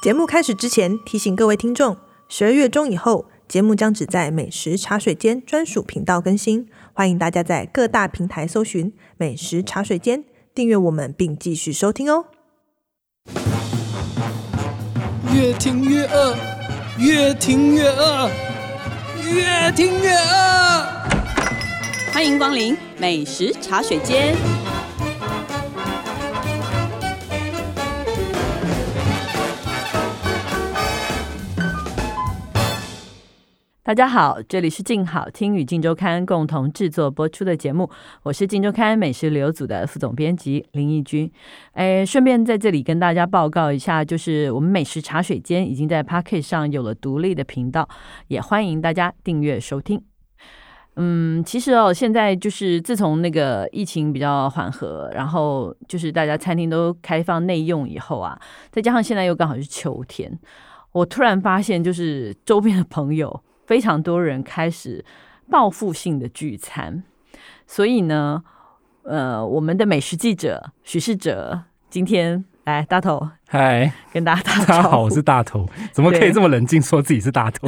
节目开始之前，提醒各位听众，十二月中以后，节目将只在美食茶水间专属频道更新，欢迎大家在各大平台搜寻“美食茶水间”，订阅我们并继续收听哦。越听越饿，越听越饿，越听越饿。欢迎光临美食茶水间。大家好，这里是静好听与静周刊共同制作播出的节目，我是静周刊美食旅游组的副总编辑林义君。哎，顺便在这里跟大家报告一下，就是我们美食茶水间已经在 Pocket 上有了独立的频道，也欢迎大家订阅收听。嗯，其实哦，现在就是自从那个疫情比较缓和，然后就是大家餐厅都开放内用以后啊，再加上现在又刚好是秋天，我突然发现，就是周边的朋友非常多人开始报复性的聚餐，所以呢，呃，我们的美食记者许世哲今天来大头嗨，跟大家打大招家好，呼我，是大头，怎么可对以这么冷静说自己是大头？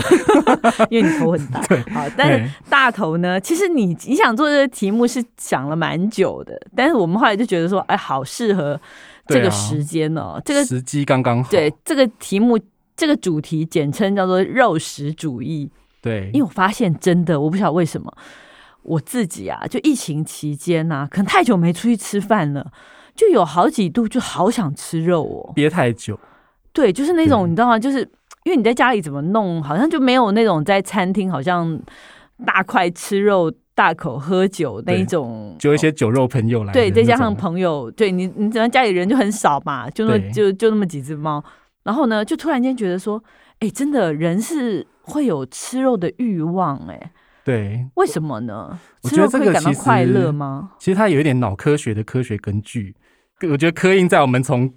因为你头很 大。好，但是对大头呢，其实你你想做这个题目是想了蛮久的，但是我们后来就觉得说，哎，好适合这对个啊时间哦，这个时机刚刚好。对这个题目。这个主题简称叫做肉食主义，对因为我发现真的，我不晓得为什么我自己啊，就疫情期间呐、可能太久没出去吃饭了，就有好几度就好想吃肉哦。憋太久，对，就是那种对你知道吗？就是因为你在家里怎么弄，好像就没有那种在餐厅好像大块吃肉、大口喝酒那一对种，就一些酒肉朋友来的那种。对，再加上朋友，对你，你只能家里人就很少嘛，就那么对就就那么几只猫，然后呢，就突然间觉得说，哎，真的人是会有吃肉的欲望、哎，对，为什么呢？我吃觉肉得这可以个感到其实快乐吗？其实它有一点脑科学的科学根据，我觉得刻印在我们从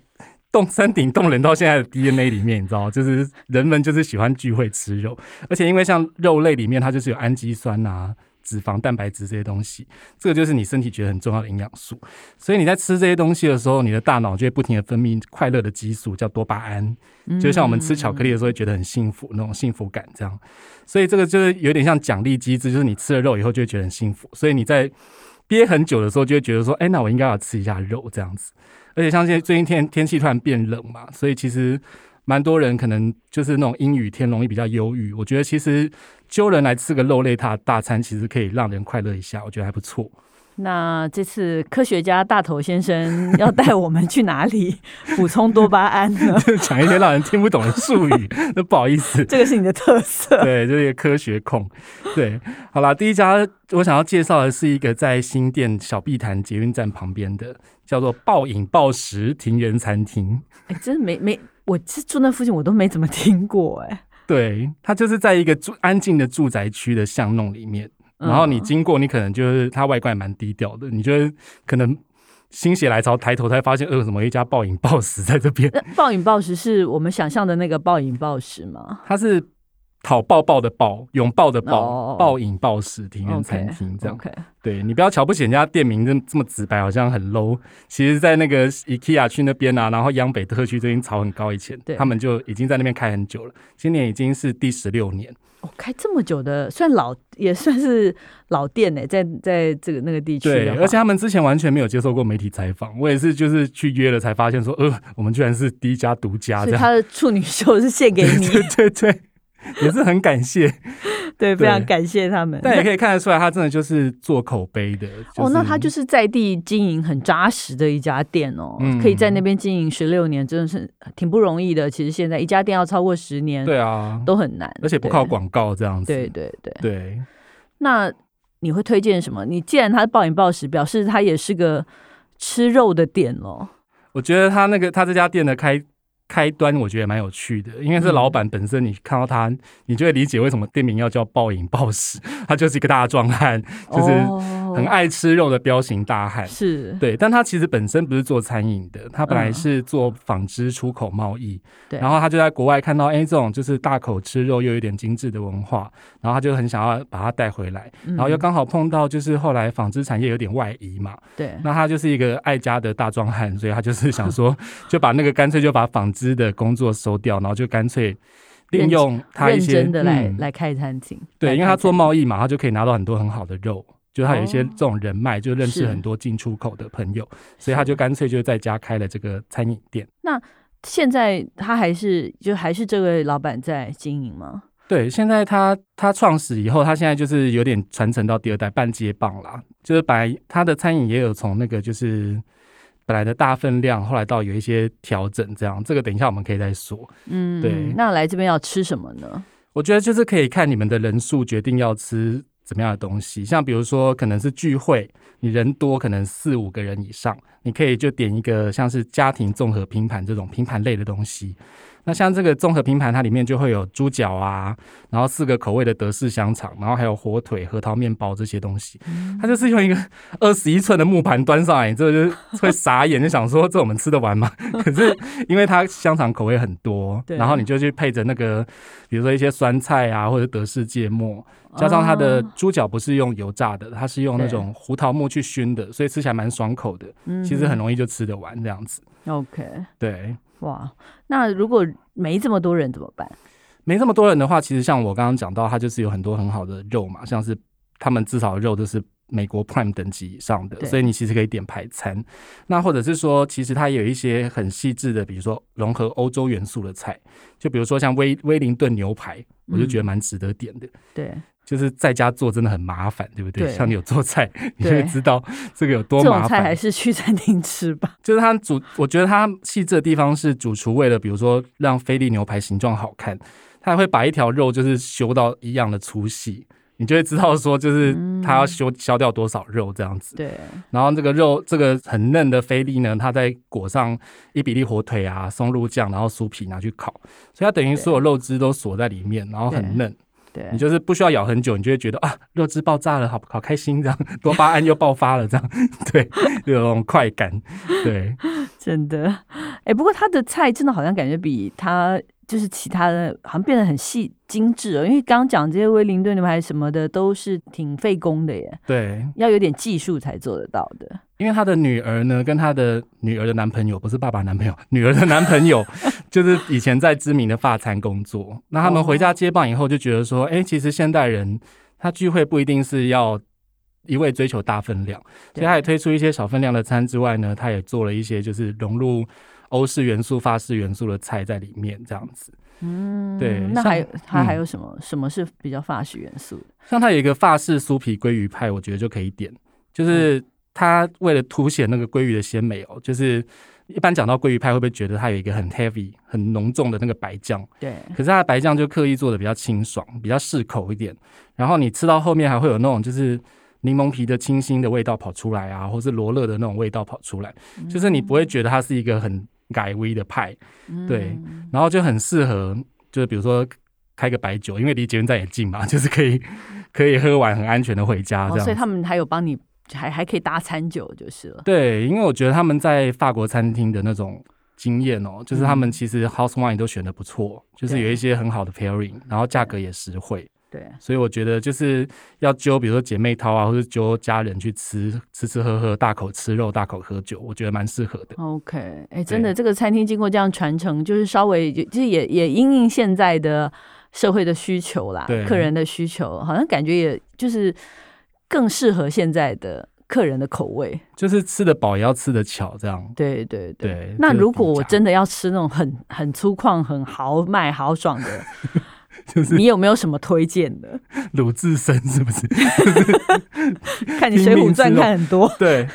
洞山顶洞人到现在的 DNA 里面，你知道吗，就是人们就是喜欢聚会吃肉，而且因为像肉类里面它就是有氨基酸啊。脂肪、蛋白质这些东西，这个就是你身体觉得很重要的营养素。所以你在吃这些东西的时候，你的大脑就会不停的分泌快乐的激素，叫多巴胺。就像我们吃巧克力的时候，会觉得很幸福，那种幸福感这样。所以这个就是有点像奖励机制，就是你吃了肉以后就会觉得很幸福。所以你在憋很久的时候，就会觉得说，哎、那我应该要吃一下肉这样子。而且像现在最近天天气突然变冷嘛，所以其实蛮多人可能就是那种阴雨天容易比较忧郁。我觉得其实揪人来吃个肉类大大餐，其实可以让人快乐一下，我觉得还不错。 那这次科学家大头先生 要带我们去哪里补充多巴胺 呢？讲一些让人听不懂的术语，那不好意 思。这个是你的特色。对，这个科学控。对，好啦，第一家我想要介绍的是一个在新店小碧潭捷运站旁边的，叫做暴饮暴食庭园餐厅。哎，真的没没，我是住那附近，我都没怎么听过哎、对，它就是在一个住安静的住宅区的巷弄里面，然后你嗯经过，你可能就是它外观也蛮低调的，你觉得可能心血来潮抬头才发现，呃，怎么有一家暴饮暴食在这边？那暴饮暴食是我们想象的那个暴饮暴食吗？它是讨抱抱的抱，拥抱的抱，哦暴饮暴食庭园 OK，餐厅嗯这样。 OK，对你不要瞧不起人家店名这这么直白，好像很 low。其实，在那个 IKEA 区那边啊，然后央北特区这边炒很高以前对，他们就已经在那边开很久了。今年已经是第十六年，我、哦开这么久的，算老也算是老店呢、在在这个那个地区对的，话而且他们之前完全没有接受过媒体采访。我也是，就是去约了才发现说，呃，我们居然是第一家独家所这以样。他的处女秀是献给你， 对对，也是很感谢，对，非常感谢他们。但也可以看得出来，他真的就是做口碑的。哦，那他就是是在地经营很扎实的一家店哦，嗯可以在那边经营十六年，真的是挺不容易的。其实现在一家店要超过十年，对啊，都很难，而且不对靠。广告这样子。对对对，对，那你会推荐什么？你既然他暴饮暴食，表示他也是个吃肉的店咯。我觉得他那个他这家店的开开端，我觉得也蛮有趣的，因为是老板本身，你看到他，你就会理解为什么店名要叫暴饮暴食， 他就是一个大壮汉，就是哦、很爱吃肉的彪形大汉。是，对，但他其实本身不是做餐饮的，他本来嗯是做纺织出口贸易，对然后他就在国外看到，哎，这种就是大口吃肉又有点精致的文化，然后他就很想要把它带回来，嗯然后又刚好碰到就是后来纺织产业有点外移嘛，对， 那他就是一个爱家的大壮汉，所以他就是想说，就把那个干脆就把纺织的工作收掉，然后就干脆利用他一认些真的来、嗯来开餐厅。对，来因为他开餐做贸易嘛，他就可以拿到很多很好的肉，就他有一些哦这种人脉，就认识是很多进出口的朋友，所以他就干脆就在家开了这个餐饮店。现在他还是就还是这位老板在经营吗？对，现在他他创始以后，他现在就是有点传承到第二代，半接棒啦。就是本来他的餐饮也有从那个就是本来的大分量，后来到有一些调整，这样这个等一下我们可以再说。嗯，对那来这边要吃什么呢？我觉得就是可以看你们的人数决定要吃怎么样的东西，像比如说可能是聚会，你人多可能四五个人以上，你可以就点一个像是家庭综合拼盘这种拼盘类的东西。那像这个综合拼盘，它里面就会有猪脚啊，然后四个口味的德式香肠，然后还有火腿、核桃面包这些东西。它就是用一个二十一寸的木盘端上来，你这个就是会傻眼，就想说这我们吃得完吗？可是因为它香肠口味很多，对然后你就去配着那个比如说一些酸菜啊，或者德式芥末，加上它的哦猪脚不是用油炸的，它是用那种胡桃木去熏的，所以吃起来蛮爽口的，嗯其实很容易就吃得完这样子。 OK。对，哇，那如果没这么多人怎么办？没这么多人的话，其实像我刚刚讲到，它就是有很多很好的肉嘛，像是他们至少的肉都是美国 Prime 等级以上的，对所以你其实可以点排餐。那或者是说，其实它也有一些很细致的，比如说融合欧洲元素的菜，就比如说像威威灵顿牛排，我就觉嗯得蛮值得点的。对，就是在家做真的很麻烦，对不对？对像你有做菜， 你就会对知道这个有多这种麻菜还烦。是去餐厅吃 吧。就是他主，我觉得他细致的地方是主厨为了，比如说让菲力牛排形状好看，他还会把一条肉就是修到一样的粗细，你就会知道说就是他要修削掉多少肉这样子。嗯对，然后这个肉，这个很嫩的菲力呢，它再裹上伊比利火腿啊、松露酱，然后酥皮拿去烤，所以它等于所有肉汁都锁在里面，然后对很嫩。对你，就是不需要咬很久，你就会觉得啊，肉汁爆炸了，好好开心，这样多巴胺又爆发了，这样 对，有那种快感，对，真的。哎、不过他的菜真的好像感觉比他就是其他的，好像变得很细精致哦。因为刚刚讲这些威灵顿牛排什么的，都是挺费工的耶，对，要有点技术才做得到的。因为他的女儿呢，跟他的女儿的男朋友，不是爸爸男朋友，女儿的男 朋友，就是以前在知名的发餐工作。那他们回家接棒以后，就觉得说，哎、其实现代人他聚会不一定是要一味追求大分量，所以他也推出一些小分量的餐之外呢，他也做了一些就是融入欧式元素、法式元素的菜在里面，这样子。嗯，对那像还有他嗯还有什么、什么是比较法式元素的？像它有一个法式酥皮鲑鱼派，我觉得就可以点，就是它为了凸显那个鲑鱼的鲜美哦，就是一般讲到鲑鱼派，会不会觉得它有一个很 heavy、很浓重的那个白酱？对，可是它的白酱就刻意做的比较清爽，比较适口一点，然后你吃到后面还会有那种就是。柠檬皮的清新的味道跑出来啊，或是罗勒的那种味道跑出来，就是你不会觉得它是一个很改微的派，嗯对，然后就很适合，就是比如说开个白酒，因为离捷运站也近嘛， 就是可以可以喝完很安全的回家这哦，所样子。以他们还有帮你，还还可以搭餐酒就是了。对，因为我觉得他们在法国餐厅的那种经验哦，就是他嗯们其实 house wine 都选的不错，就是有一些很好的 pairing，然后价格也实惠，对，所以我觉得就是要揪，比如说姐妹淘啊，或者揪家人去吃吃吃喝喝，大口吃肉，大口喝酒，我觉得蛮适合的。 OK，哎、真的，这个餐厅经过这样传承，就是稍微就是也也因应现在的社会的需求啦对，客人的需求，好像感觉也就是更适合现在的客人的口味。就是吃得饱也要吃得巧，这样。对对对。对，那这是如比果我较真的要吃那种很很粗犷、很豪迈、豪爽的， 就是你有没有什么推荐的？鲁智深是不是？ 看你《水浒传》看很多， 对，哦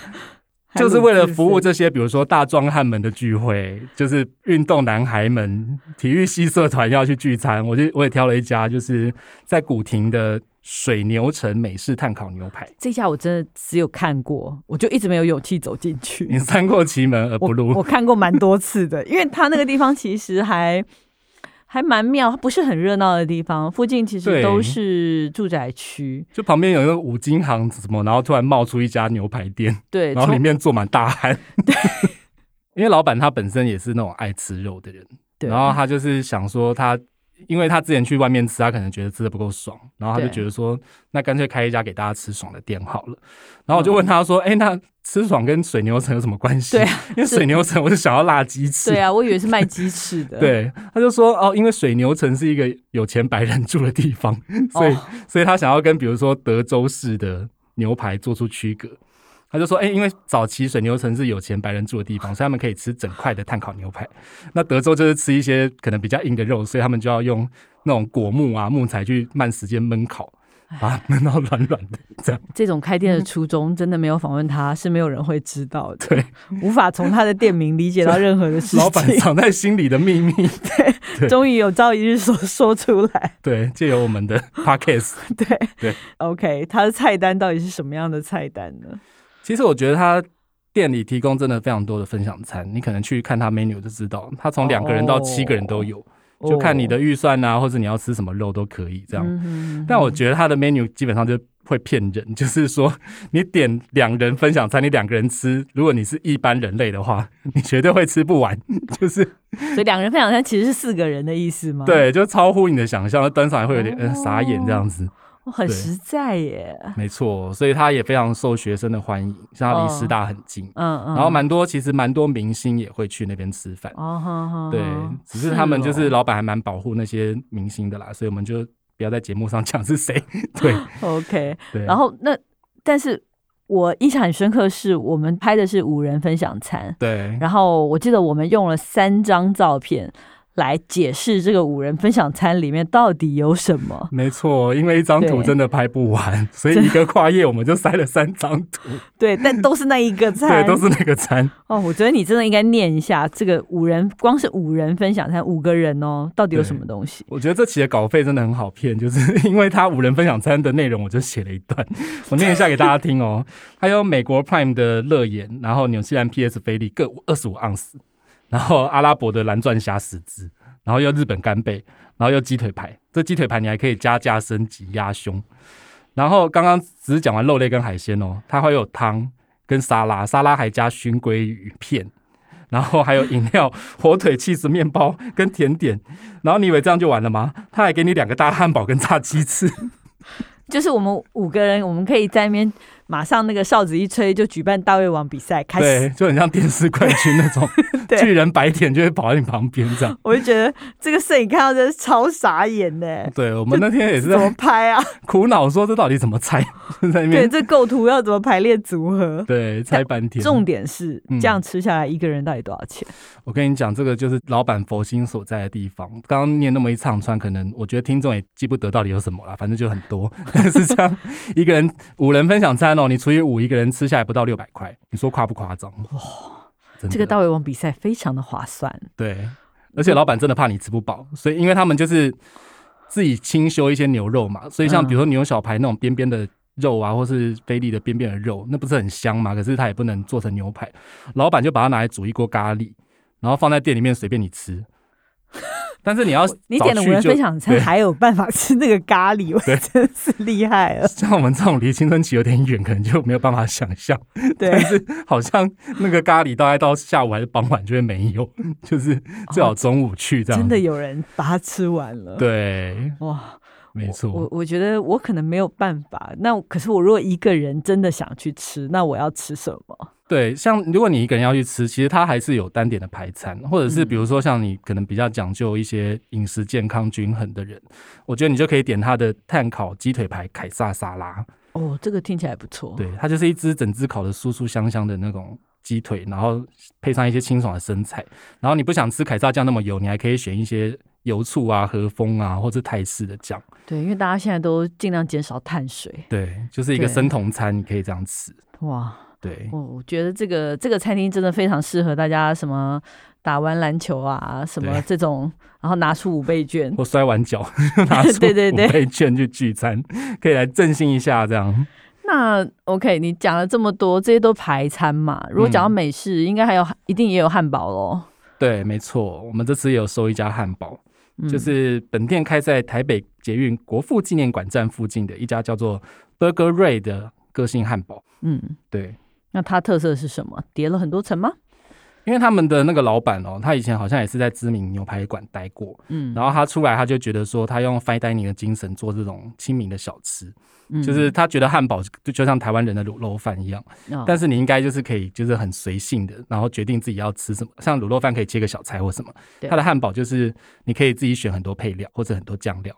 就是为了服务还有自这些，比如说大壮汉们的聚会，就是运动男孩们、体育系社团要去聚餐，我就我也挑了一家，就是在古亭的水牛城美式炭烤牛排。 这家我真的只有看过，我就一直没有勇气走进去。你三过其门而不我入，看过蛮多次的，因为它那个地方其实还 还蛮妙，它不是很热闹的地方，附近其实对都是住宅区。就旁边有一个五金行什么，然后突然冒出一家牛排店，对，然后里从面坐满大汉。 因为老板他本身也是那种爱吃肉的人，对然后他就是想说，他因为他之前去外面吃，他可能觉得吃的不够爽，然后他就对觉得说，那干脆开一家给大家吃爽的店好了。然后我就问他说，哎、那吃爽跟水牛城有什么关系？对啊因为水牛城我是想要辣鸡翅。对啊，我以为是卖鸡翅的。 对，他就说哦，因为水牛城是一个有钱白人住的地方， 所以、哦所以他想要跟比如说德州式的牛排做出区隔。他就说，哎、因为早期水牛城是有钱白人住的地方，所以他们可以吃整块的碳烤牛排。那德州就是吃一些可能比较硬的肉，所以他们就要用那种果木啊木材去慢时间焖烤，哎把它焖到软软的这样。这种开店的初衷，真的没有访问他是没有人会知道的， 对，无法从他的店名理解到任何的事嗯老板情。藏在心里的秘密， 终于有朝一日说说出来，对，借由我们的 podcast 对对，OK，他的菜单到底是什么样的菜单呢？其实我觉得他店里提供真的非常多的分享餐，你可能去看他 menu 就知道，他从两个人到七个人都有，就看你的预算啊，或者你要吃什么肉都可以这样。哦嗯哼但我觉得他的 menu 基本上就会骗人，就是说你点两人分享餐，你两个人吃，如果你是一般人类的话，你绝对会吃不完， 就是所以两个人分享餐其实是四个人的意思吗？，对，就超乎你的想象，端上来会有点嗯、呃傻眼这样子。哦很对实在耶。没错，所以他也非常受学生的欢迎，像他离哦师大很近。嗯嗯，然后蛮多，其实蛮多明星也会去那边吃饭。哦，哼哼对哼，只是他们就哦是老板还蛮保护那些明星的啦，所以我们就不要在节目上讲 是谁。对 OK，对，然后那但是我印象很深刻是我们拍的是五人分享餐，对然后我记得我们用了三张照片来解释这个五人分享餐里面到底有什么。没错，因为一张图对真的拍不完，所以一个跨页我们就塞了三张图，对，但都是那一个菜， 对，都是那个餐。哦。我觉得你真的应该念一下这个五人，光是五人分享餐五个人哦，到底有对什么东西？我觉得这期的稿费真的很好骗，就是 因为他五人分享餐的内容，我就写了一段，我念一下给大家听哦。还有美国 Prime 的乐眼，然后纽西兰 PS 菲力各二十五盎司，然后阿拉伯的蓝钻虾十只，然后又日本干贝，然后又鸡腿排。这鸡腿排你还可以加加升级鸭胸。然后刚刚只是讲完肉类跟海鲜哦，它会有汤跟沙拉，沙拉还加熏鲑鱼片。然后还有饮料、火腿、气死面包跟甜点，然后你以为这样就完了吗？他还给你两个大汉堡跟炸鸡翅，就是我们五个人，我们可以在那边马上那个哨子一吹，就举办大胃王比赛开始对，。就很像电视冠军那种 对巨人白点就会跑到你旁边这样。我就觉得这个摄影看到真是超傻眼呢、对我们那天 也是怎么在拍 啊？苦恼说这到底怎么拆， 就在对，那边这构图要怎么排列组合？对拆半天。重点是嗯这样吃下来，一个人到底多少钱？我跟你讲，这个就是老板佛心所在的地方。刚刚念那么一长串，可能我觉得听众也记不得到底有什么啦，反正就很多。 但是这样一个人五人分享餐哦，你除以五，一个人吃下来不到六百块，你说夸不夸张？哇，这个大胃王比赛非常的划算，对，而且老板真的怕你吃不饱，所以因为他们就是自己清修一些牛肉嘛，所嗯以像比如说牛小排那种边边的肉啊，或是菲力的边边的肉，那不是很香嘛？可是它也不能做成牛排，老板就把它拿来煮一锅咖喱，然后放在店里面随便 你吃。但是你要你点的早五去人就分享餐对还有办法吃那个咖喱，我真的是厉害 了。 像我们这种离青春期有点远，可能就没有办法想象。对但，是好像那个咖喱大概到下午还是傍晚就会没有，就是最好中午去这哦样真子。的有人把它吃完了。，对，哇，没错。我我觉得我可能没有办法。那可是我如果一个人真的想去吃，那我要吃什么？对，像如果你一个人要去吃，其实它还是有单点的排餐，或者是嗯比如说像你可能比较讲究一些饮食健康均衡的人，我觉得你就可以点它的碳烤鸡腿排凯撒沙拉，哦，这个听起来不错。对，它就是一只整只烤的酥酥香香的那种鸡腿，然后配上一些清爽的生菜，然后你不想吃凯撒酱那么油，你还可以选一些油醋啊、和风啊，或者泰式的酱，对，因为大家现在都尽量减少碳水。对，就是一个对生酮餐，你可以这样吃，哇，对，哦我我觉得这个这个餐厅真的非常适合大家什么打完篮球啊，什么对这种，然后拿出五倍券。或摔完脚 拿出对对对五倍券去聚餐，可以来振兴一下这样。那 OK，你讲了这么多，这些都排餐嘛。如果讲到嗯美式，应该还有一定也有汉堡喽。对，没错，我们这次也有收一家汉堡，嗯就是本店开在台北捷运国父纪念馆站附近的一家叫做 Burger Ray 的个性汉堡。嗯，对，那它特色是什么？叠了很多层吗？因为他们的那个老板哦，他以前好像也是在知名牛排馆待过，嗯，然后他出来他就觉得说，他用 fine dining 的精神做这种亲民的小吃，嗯就是他觉得汉堡就就像台湾人的卤肉饭一样，哦但是你应该就是可以就是很随性的，然后决定自己要吃什么，像卤肉饭可以切个小菜或什么，对他的汉堡就是你可以自己选很多配料或者很多酱料，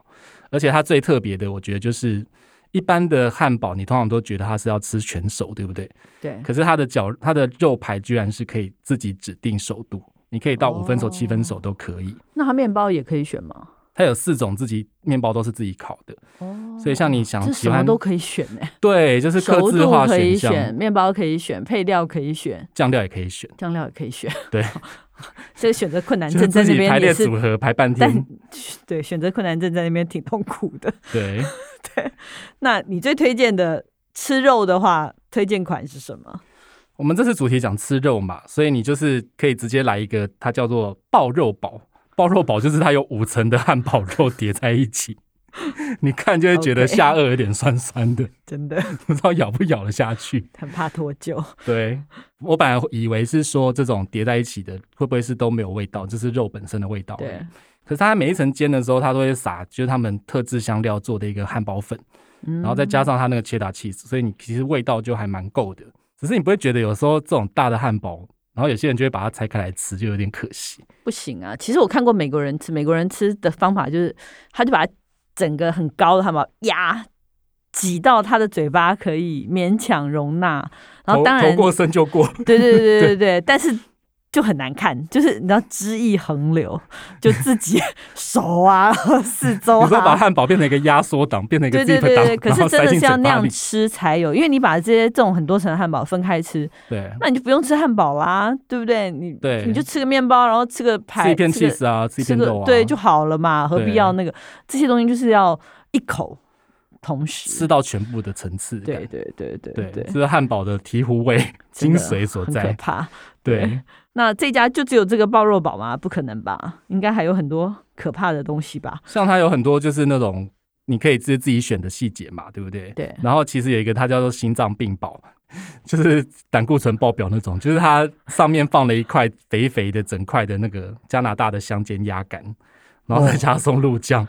而且它最特别的，我觉得就是。一般的汉堡，你通常都觉得它是要吃全熟，对不对？对可是它的绞它的肉排居然是可以自己指定熟度，你可以到哦五分熟、七分熟都可以。那它面包也可以选吗？它有四种自己面包都是自己烤的，哦所以像你想这啊喜什么欢都可以选哎、对，就是熟刻字度化可以选项，选，面包可以选，配料可以选，酱料也可以选，酱料也可以选。 对，这个选择困难就是症在自那己排边列也是组，合排半但天。对选择困难症在那边挺痛苦的。对，那你最推荐的吃肉的话，推荐款是什么？我们这次主题讲吃肉嘛，所以你就是可以直接来一个，它叫做爆肉堡。爆肉堡就是它有五层的汉堡肉叠在一起，你看就会觉得 OK 下颚有点酸酸的，真的不知道咬不咬得下去。 很怕脱臼。对我本来以为是说这种叠在一起的会不会是都没有味道，就是肉本身的味道。对，可是它每一层煎的时候，它都会撒，就是他们特制香料做的一个汉堡粉，然然后再加嗯上它那个切达 cheese，所以你其实味道就还蛮够的。只是你不会觉得有时候这种大的汉堡，然后有些人就会把它拆开来吃，就有点可惜。不行啊！其实我看过美国人吃，美国人吃的方法就是，他就把整个很高的汉堡压挤到他的嘴巴可以勉强容纳，然后头当然头过身 就过，对 对对对对对，但是就很难看，就是你知道汁液横流，就自己 手啊，然后四周你说把啊。汉堡变成一个压缩档，变成一个对 zip 对档，对对，可然是后真塞的进是要嘴那巴样里。吃才有，因为你把这些这种很多层的汉堡分开吃，对，那你就不用吃汉堡啦，对不对？你对你就吃个面包，然后吃个吃排，一片吃个 cheese 啊，吃一这片个肉啊，对就好了嘛，何必对要那个？这些东西就是要一口同时吃。到全部的层次感对。对对对对，对这，是汉堡的醍醐味真精的髓所很可在。怕。对，那这家就只有这个爆肉堡吗？不可能吧，应该还有很多可怕的东西吧？像它有很多就是那种你可以自自己选的细节嘛，对不对？对然后其实有一个它叫做心脏病堡， 就是胆固醇爆表那种，就是它上面放了一块肥肥的整块的那个加拿大的香煎鸭肝。然后再加松露酱，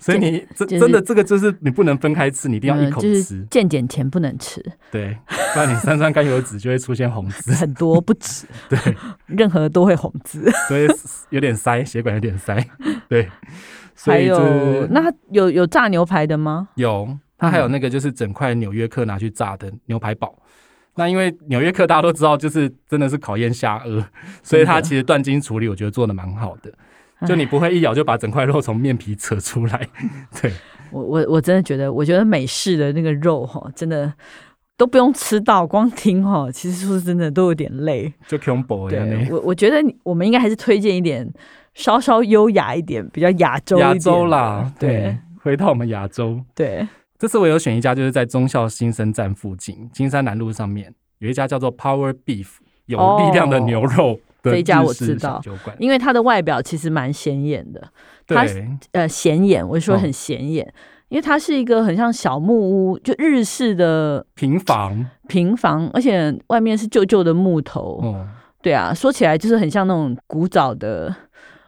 所以你真就是真的这个就是你不能分开吃，你一定要一嗯口就是吃，见检前不能 吃，对，不然你三酸甘油脂就会出现红字， 很多不止，对， 任何都会红字。所以有点塞，血管有点塞，对，所还以就有是，那它有有炸牛排的吗？有，它还有那个就是整块纽约客拿去炸的牛排堡。那因为纽约客大家都知道，就是真的是考验下 颚，所以它其实断筋处理，我觉得做的蛮好的。就你不会一咬就把整块肉从面皮扯出来， 对，我我我真的觉得，我觉得美式的那个肉哈，真的都不用吃到，光听哈，其实说真的都有点累。就 combo 的对那我，我觉得你我们应该还是推荐一点稍稍优雅一点，比较亚洲一点亚的洲啦，对对，回到我们亚洲，对，这次我有选一家，就是在忠孝新生站附近金山南路上面有一家叫做 Power Beef 有力量的牛肉的哦这一家我日式知道小酒馆，因为它的外表其实蛮显眼的，它对，呃显眼，我是说哦很显眼，因为它是一个很像小木屋，就日式的平房平房，而且外面是旧旧的木头，哦，对啊，说起来就是很像那种古早的，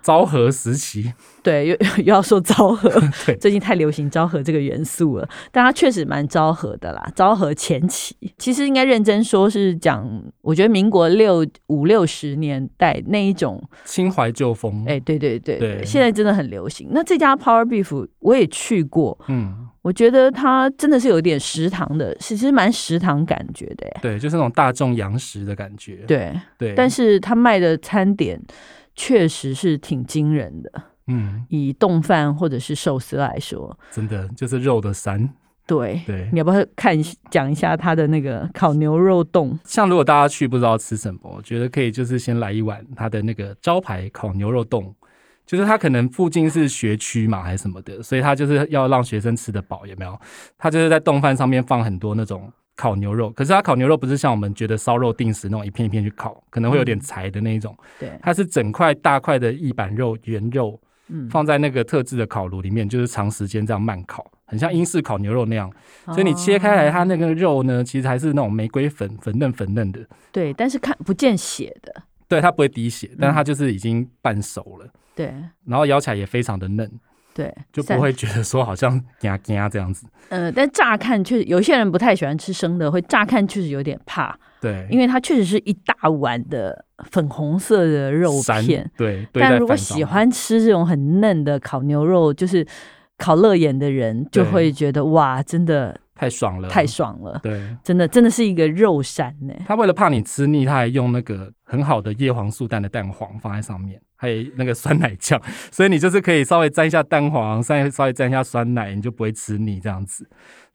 昭和时期，对，又 又要说昭和 对，最近太流行昭和这个元素了，但它确实蛮昭和的啦。昭和前期，其实应该认真说是讲，我觉得民国六五六十年代那一种 清怀旧风，哎、对对对对，对现在真的很流行。那这家 Power Beef 我也去过，嗯，我觉得它真的是有点食堂的，其实蛮食堂感觉的耶。对，就是那种大众洋食的感觉，对，对，但是它卖的餐点确实是挺惊人的，嗯，以冻饭或者是寿司来说，真的就是肉的山。对。对你，要不要看一下讲一下它的那个烤牛肉冻？像如果大家去不知道吃什么，我觉得可以就是先来一碗它的那个招牌烤牛肉冻，就是它可能附近是学区嘛还是什么的，所以它就是要让学生吃得饱，有没有？它就是在冻饭上面放很多那种烤牛肉，可是它烤牛肉不是像我们觉得烧肉定时那种一片一片去烤，可能会有点柴的那一种，嗯对，它是整块大块的一板肉圆肉，嗯放在那个特制的烤炉里面，就是长时间这样慢烤，很像英式烤牛肉那样。哦所以你切开来，它那个肉呢，其实还是那种玫瑰粉粉嫩粉嫩的。对，但是看不见血的，对，它不会滴血，嗯但它就是已经半熟了，对然后咬起来也非常的嫩，对，就不会觉得说好像嘎嘎这样子。但。呃，但乍看确实有些人不太喜欢吃生的，会乍看确实有点怕，对，因为它确实是一大碗的粉红色的肉山片。对，堆在但如果饭上喜欢吃这种很嫩的烤牛肉，就是烤乐眼的人，就对嗯会觉得哇，真的太爽了，太爽了，对。真的真的是一个肉山呢、他为了怕你吃腻，他还用那个很好的叶黄素蛋的蛋黄放在上面，还有那个酸奶酱，所以你就是可以稍微沾一下蛋黄， 稍微稍微沾一下酸奶，你就不会吃腻这样子。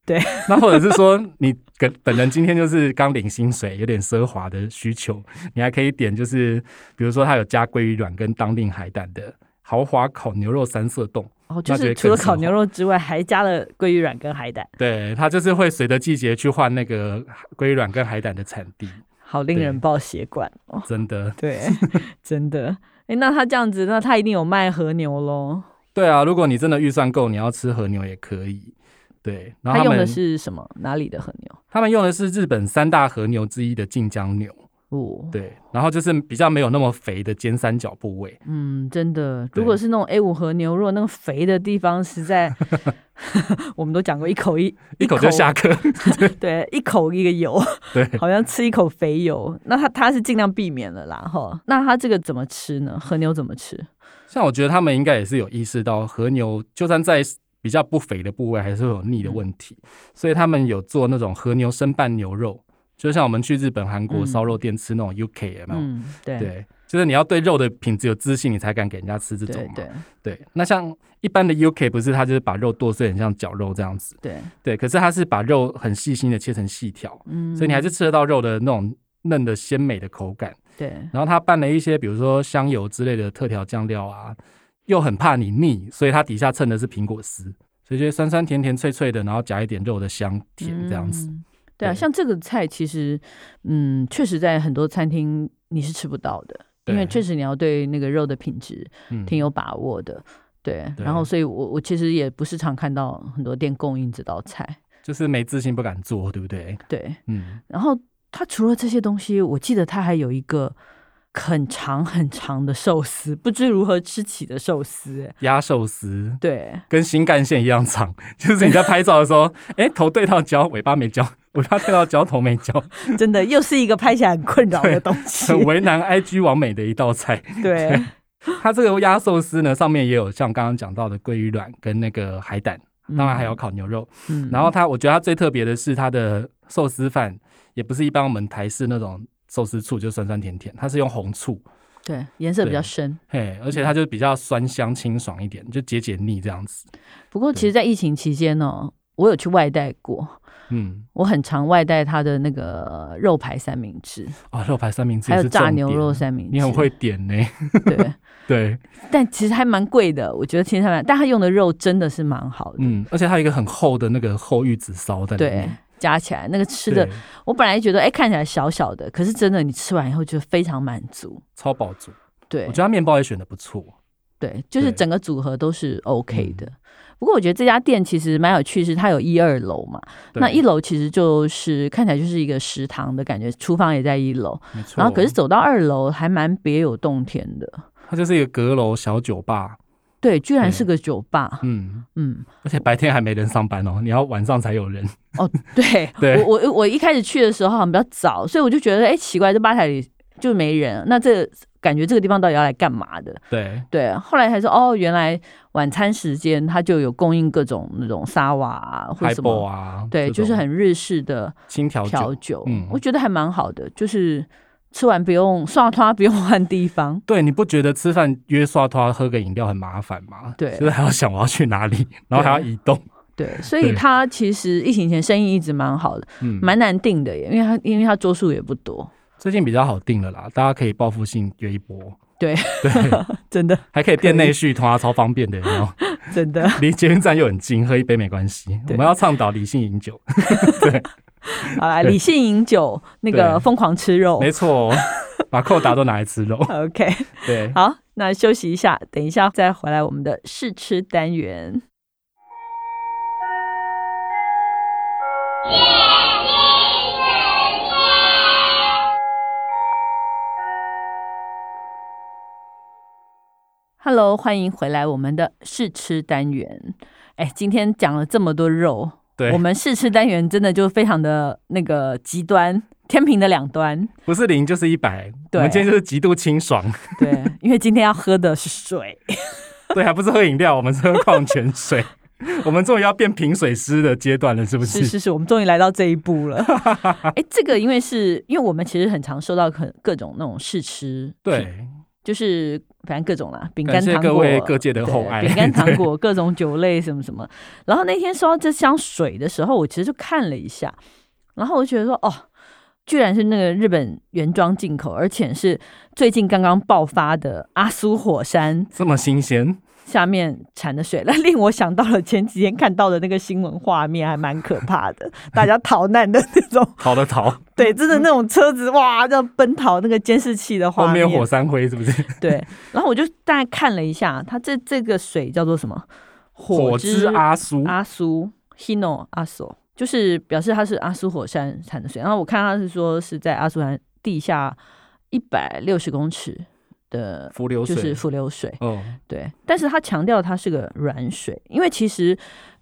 对，那或者是说你本本人今天就是刚领薪水，有点奢华的需求，你还可以点就是，比如说它有加鲑鱼卵跟当令海胆的豪华烤牛肉三色冻，哦，就那觉是得除了更烤爽牛肉之外，还加了鲑鱼卵跟海胆，对，它就是会随着季节去换那个鲑鱼卵跟海胆的产地，好令对人爆血管哦。真的。对，真的。哎，那他这样子，那他一定有卖和牛喽？对啊，如果你真的预算够，你要吃和牛也可以。对，然他后他用们的是什么？哪里的和牛？他们用的是日本三大和牛之一的近江牛，哦，对，然后就是比较没有那么肥的尖三角部位，嗯，真的，对如果是那种 A 五和牛肉，那个肥的地方实 在，我们都讲过一口一 一口就下，课。 对，一口一个油，对，好像吃一口肥油。那他他是尽量避免了啦，哈。那他这个怎么吃呢？和牛怎么吃？像我觉得他们应该也是有意识到和牛，就算在比较不肥的部位，还是会有腻的问题，嗯所以他们有做那种和牛生拌牛肉，就像我们去日本、韩国嗯烧肉店吃那种 UK 有没有？嗯，对对，就是你要对肉的品质有自信，你才敢给人家吃这种对嘛。对对，那像一般的 UK 不是它就是把肉剁碎，很像绞肉这样子。对，对，可是它是把肉很细心的切成细条，嗯，所以你还是吃得到肉的那种嫩的鲜美的口感。对然后它拌了一些比如说香油之类的特调酱料啊，又很怕你腻，所以它底下衬的是苹果丝，所以就酸酸甜甜脆脆的，然后夹一点肉的香甜这样子。嗯对啊，对像这个菜其实，嗯，确实在很多餐厅你是吃不到的，因为对确实你要对那个肉的品质嗯挺有把握的。对，对然后所以我我其实也不是常看到很多店供应这道菜。就是没自信不敢做，对不对？对，嗯，然后它除了这些东西，我记得它还有一个很长很长的寿司，不知如何吃起的寿司。哎鸭寿司。对，跟新干线一样长， 就是你在拍照的时候，哎、头对到焦，尾巴没焦； 尾巴对到焦，头没焦，真的又是一个拍起来很困扰的东西 很。 为难 IG 完美的一道菜。对，它这个鸭寿司呢，上面也有像刚刚讲到的鲑鱼卵跟那个海胆，当然还有烤牛肉。嗯，嗯然后它，我觉得它最特别的是它的寿司饭，也不是一般我们台式那种寿司醋，就酸酸甜甜，它是用红醋，对颜色比较对深。嘿，而且它就比较酸香清爽一点，就解解腻这样子。不过，对其实，在疫情期间呢、我有去外带过，嗯，我很常外带他的那个呃肉排三明治，哦，肉排三明治还有也是炸重牛点啊肉。三明治。你很会点呢、 对，对，但其实还蛮贵的，我觉得其实还蛮，但他用的肉真的是蛮好的。嗯，而且它有一个很厚的那个厚玉子烧在里对面，，加起来那个吃的对，我本来觉得哎、看起来小小的，可是真的你吃完以后就非常满足。超饱足。对我觉得它面包也选的不错，对，就是对嗯整个组合都是 OK 的。不过我觉得这家店其实蛮有趣，是它有一二楼嘛，对那一楼其实就是看起来就是一个食堂的感觉，厨房也在一楼，没错。然后可是走到二楼还蛮别有洞天的，它就是一个阁楼小酒吧，对，居然对是个酒吧，嗯，嗯， 而且白天还没人上班哦，你要晚上才有人。哦，对，对我我我一开始去的时候好像比较早，所以我就觉得，哎，奇怪，这吧台里就没人，那这感觉这个地方到底要来干嘛的？对，对，后来才说，哦，原来晚餐时间它就有供应各种那种沙瓦啊或海什波么，啊，对，这种就是很日式的轻调调酒。酒，嗯我觉得还蛮好的，就是吃完不用刷刷，不用换地方。对，你不觉得吃饭约刷拖喝个饮料很麻烦吗？对就是还要想我要去 哪里，然后还要移动，对，所以他其实疫情前生意一直蛮好的，嗯，蛮难定的耶，因为他因为他桌数也不多，最近比较好定了啦，大家可以报复性约一波，对对，真的还可以店内续拖，超方便的，有没有？真的。 离捷运站又很近，喝一杯没关系。我对哦们要倡导理性饮酒，好啦，对理性饮酒，那个对疯狂吃肉没。错，哦把扣打都拿来吃肉。 OK，对，好，那休息一下，等一下再回来我们的试吃单元。 Hello，欢迎回来我们的试吃单元。哎，今天讲了这么多肉，对，我们试吃单元真的就非常的那个极端，天平的两端。不是零就是一百，我对们今天就是极度清爽。对，因为今天要喝的是水。对，还不是喝饮料，我们是喝矿泉水。 我们终于要变平水师的阶段了，是不是是是，我们终于来到这一步 了。哎，这个因为是因为我们其实很常收到各各种那种试吃，，对，就是反正各种啦，饼感干、谢糖各果，位各界的厚对爱。饼干、糖 果、各种酒类什么什么。然后那天收到这箱水的时候，我其实就看了一下，然后我就觉得说，哦，居然是那个日本原装进口，而且是最近刚刚爆发的阿苏火山这么新鲜，下面产的水，那令我想到了 前几天看到的那个新闻画面，还蛮可怕的， 大家逃难的那种， 好的逃，对，真的那种车子哇，这样奔逃那个监视器的后画面面，有火山灰是不是？对，然后我就大概看了一下，它这这个水叫做什么？火之阿苏，阿苏 Hino 阿索，就是表示它是阿苏火山产的水。然后我看它是说是在阿苏山地下一百六十公尺的，浮流就水，是浮流水。哦，对，但是它强调它是个软水，因为其实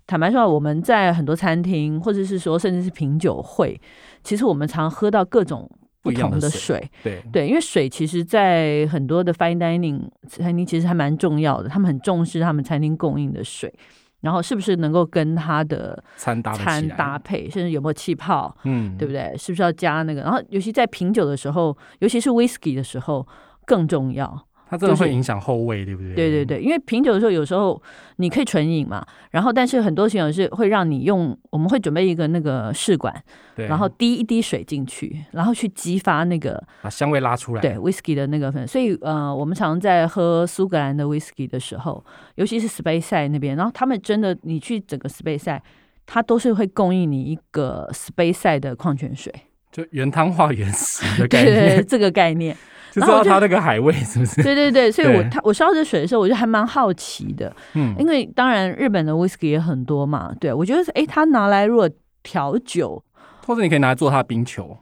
坦白说，我们在很多餐厅或者是说甚至是品酒会，其实我们常喝到各种不不一样同的的水水。对，对，因为水其实，在很多的 fine dining 餐厅其实还蛮重要的，他们很重视他们餐厅供应的水，然后是不是能够跟它的餐搭得餐起来搭，配，甚至有没有气泡，嗯，对不对？是不是要加那个？然后，尤其在品酒的时候，尤其是 whisky 的时候更重要。它真的就会是影响后味，对不对？对对，对，因为品酒的时候，有时候你可以纯饮嘛，然后但是很多品酒是会让你用，我们会准备一个那个试管，对，然后滴一滴水进去，然后去激发那个把啊香味拉出来，对 whisky 的那个粉，所以呃，我们常在喝苏格兰的 whisky 的时候，尤其是 Space 赛那边，然后他们真的，你去整个 Space 赛，它都是会供应你一个 Space 赛的矿泉水，就原汤化原食 对的概对对，念，这个概念，就然知后道就它那个海味是不是？对对对，所以我对他我烧这水的时候，我就还蛮好奇的，嗯因，为当然日本的 whisky 也很多嘛，对我觉得嗯诶，它拿来如果调酒，或者你可以拿来做它的冰球，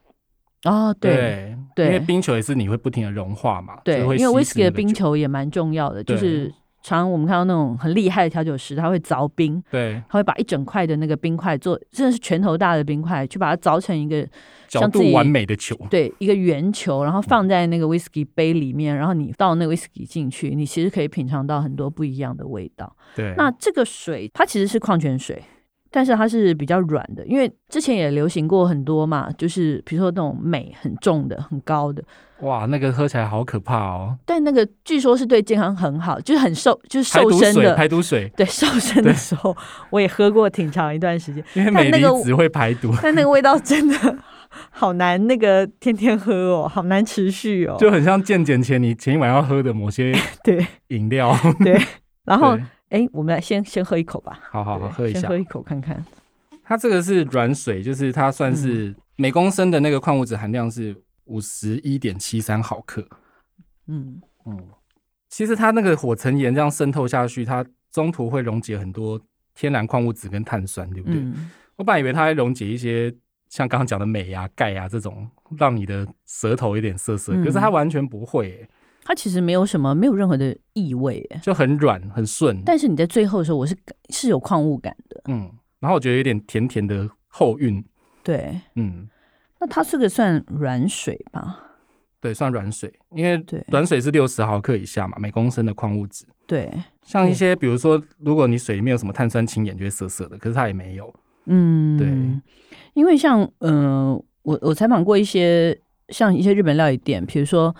哦对。对因为冰球也是你会不停的融化嘛，对就，会因为稀释 whisky 的那个冰酒，球也蛮重要的，就对是常常我们看到那种很厉害的调酒师，他会凿冰，对，他会把一整块的那个冰块做，真的是拳头大的冰块，去把它凿成一个角像自己度完美的球，对一个圆球，然后放在那个 whisky 杯里面，然后你倒那个 whisky 进去，你其实可以品尝到很多不一样的味道。对，那这个水它其实是矿泉水，但是它是比较软的，因为之前也流行过很多嘛，就是比如说那种镁很重的、很高的，哇，那个喝起来好可怕哦，但那个据说是对健康很好，就是很瘦，就是排瘦毒身水，的。排毒水，对，瘦身的时候我也喝过挺长一段时间。因为但镁那个离子会排毒，但那个味道真的好难，那个天天喝哦，好难持续哦。就很像健检前你前一晚要喝的某些对饮料，对， 然后对哎，我们来先先喝一口吧，好好好对喝一先下喝，一口看看。它这个是软水，就是它嗯算是每公升的那个矿物质含量是五十一点七三毫克，嗯，嗯，其实它那个火成岩这样渗透下去，它中途会溶解很多天然矿物质跟碳酸，对不对？嗯，我本来以为它会溶解一些像刚刚讲的镁啊、钙啊这种，让你的舌头有点涩涩，嗯可是它完全不会耶、它其实没有什么，没有任何的异味哎，就很软很顺。但是你在最后的时候，我是感是有矿物感的。嗯，然后我觉得有点甜甜的后韵，对，嗯，那它这个算软水吧？对，算软水，因为对软水是六十毫克以下嘛，每公升的矿物质。对，像一些，比如说，如果你水里面有什么碳酸氢盐，就会涩涩的，可是它也没有。嗯，对，因为像嗯、呃我我采访过一些像一些日本料理店，比如说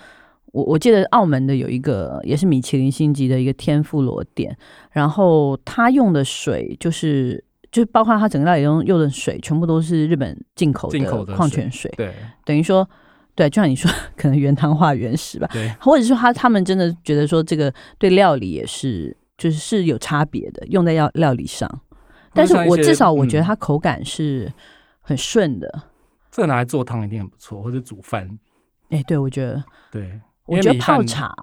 我我记得澳门的有一个也是米其林星级的一个天妇罗店，然后他用的水就是。就是包括他整个料理用用的水，全部都是日本进口进口的水矿泉水，对等于说，对，就像你说， 可能原汤化原食吧，对，或者是他他们真的觉得说这个对料理也是就是是有差别的，用在料料理上。但是像一我些至少我觉得嗯它口感是很顺的。这拿来做汤一定很不错，或者煮饭。哎、对我觉得，对，因我为觉得米泡饭茶，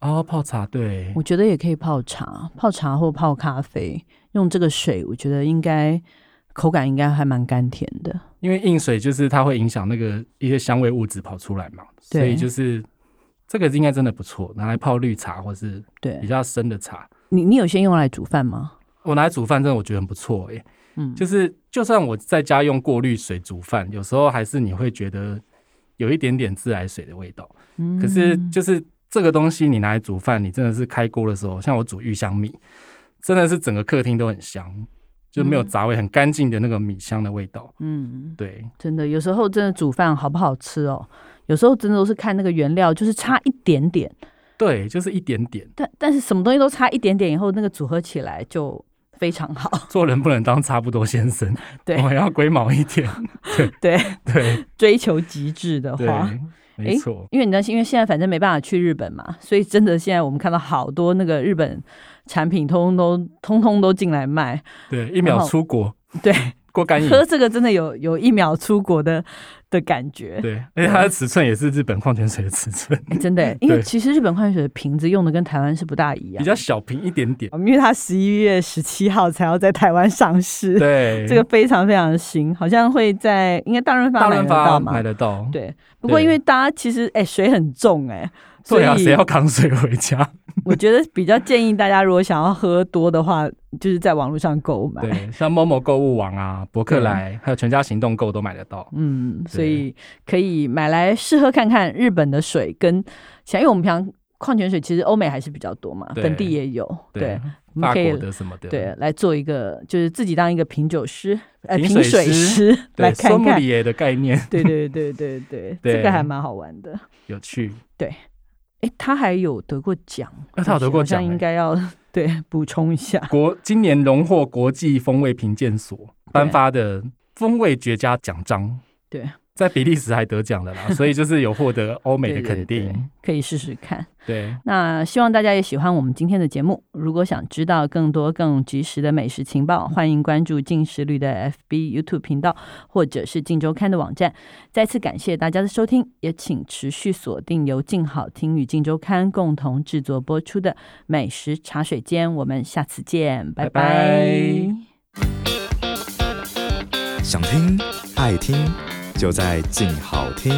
哦，泡茶，对，我觉得也可以泡茶，泡茶或泡咖啡，用这个水，我觉得应该口感应该还蛮甘甜的。因为硬水就是它会影响那个一些香味物质跑出来嘛，对所以就是这个应该真的不错，拿来泡绿茶或是比对较深的茶。你，你有先用来煮饭吗？我拿来煮饭，真的我觉得很不错耶。嗯，就是就算我在家用过滤水煮饭，有时候还是你会觉得有一点点自来水的味道。嗯可是就是这个东西，你拿来煮饭，你真的是开锅的时候，像我煮玉香米，真的是整个客厅都很香，就没有杂味，很干净的那个米香的味道。嗯，对，真的有时候真的煮饭好不好吃哦，有时候真的都是看那个原料，就是差一点点，对，就是一点点。但但是什么东西都差一点点以后，那个组合起来就非常好。 做人不能当差不多先生，对我们要龟毛一 点。对，对追求极致的对话。，没错。因为你知道，因为现在反正没办法去日本嘛，所以真的现在我们看到好多那个日本产品，通通都通通都进来卖。对，一秒出国，对，过干瘾。喝这个真的有有一秒出国的的感觉，对，而且它的尺寸也是日本矿泉水的尺寸，诶真的。因为对其实日本矿泉水的瓶子用的跟台湾是不大一样，比较小瓶一点 点。因为它十一月十七号才要在台湾上市，对，这个非常非常新，好像会在应该大润发大买润得到发嘛买。得到。对，不过对因为大家其实哎、水很重哎、所对以啊，谁要扛水回家？我觉得比较建议大家，如果想要喝多的话，就是在网络上购买。对，像 Momo 购物网啊、博客来，还有全家行动购都买得到。嗯，所对以可以买来试喝看看日本的水跟，像因为我们平常矿泉水其实欧美还是比较多嘛，对本地也有，对，，我们法嗯可以国的什么的，对来做一个，就是自己当一个品酒师，呃，品品水水师师来对，看松看木里，耶的概念对对对对 对，对这个还蛮好玩的。有趣。诶，他还有得过奖，啊他有得过好像奖诶应该要对补充一下。国 今年荣获国际风味评鉴所颁发的风味绝佳奖章。对。在比利时还得奖了啦，所以就是有获得欧美 对的肯对对定。可以试试看。对，那希望大家也喜欢我们今天的节目。如果想知道更多更及时的美食情报，欢迎关注进食旅的 FB、YouTube 频道，或者是静周刊的网站。再次感谢大家的收听，也请持续锁定由静好听与静周刊共同制作播出的《美食茶水间》，我们下次见，拜拜拜想听爱听，就在静好听。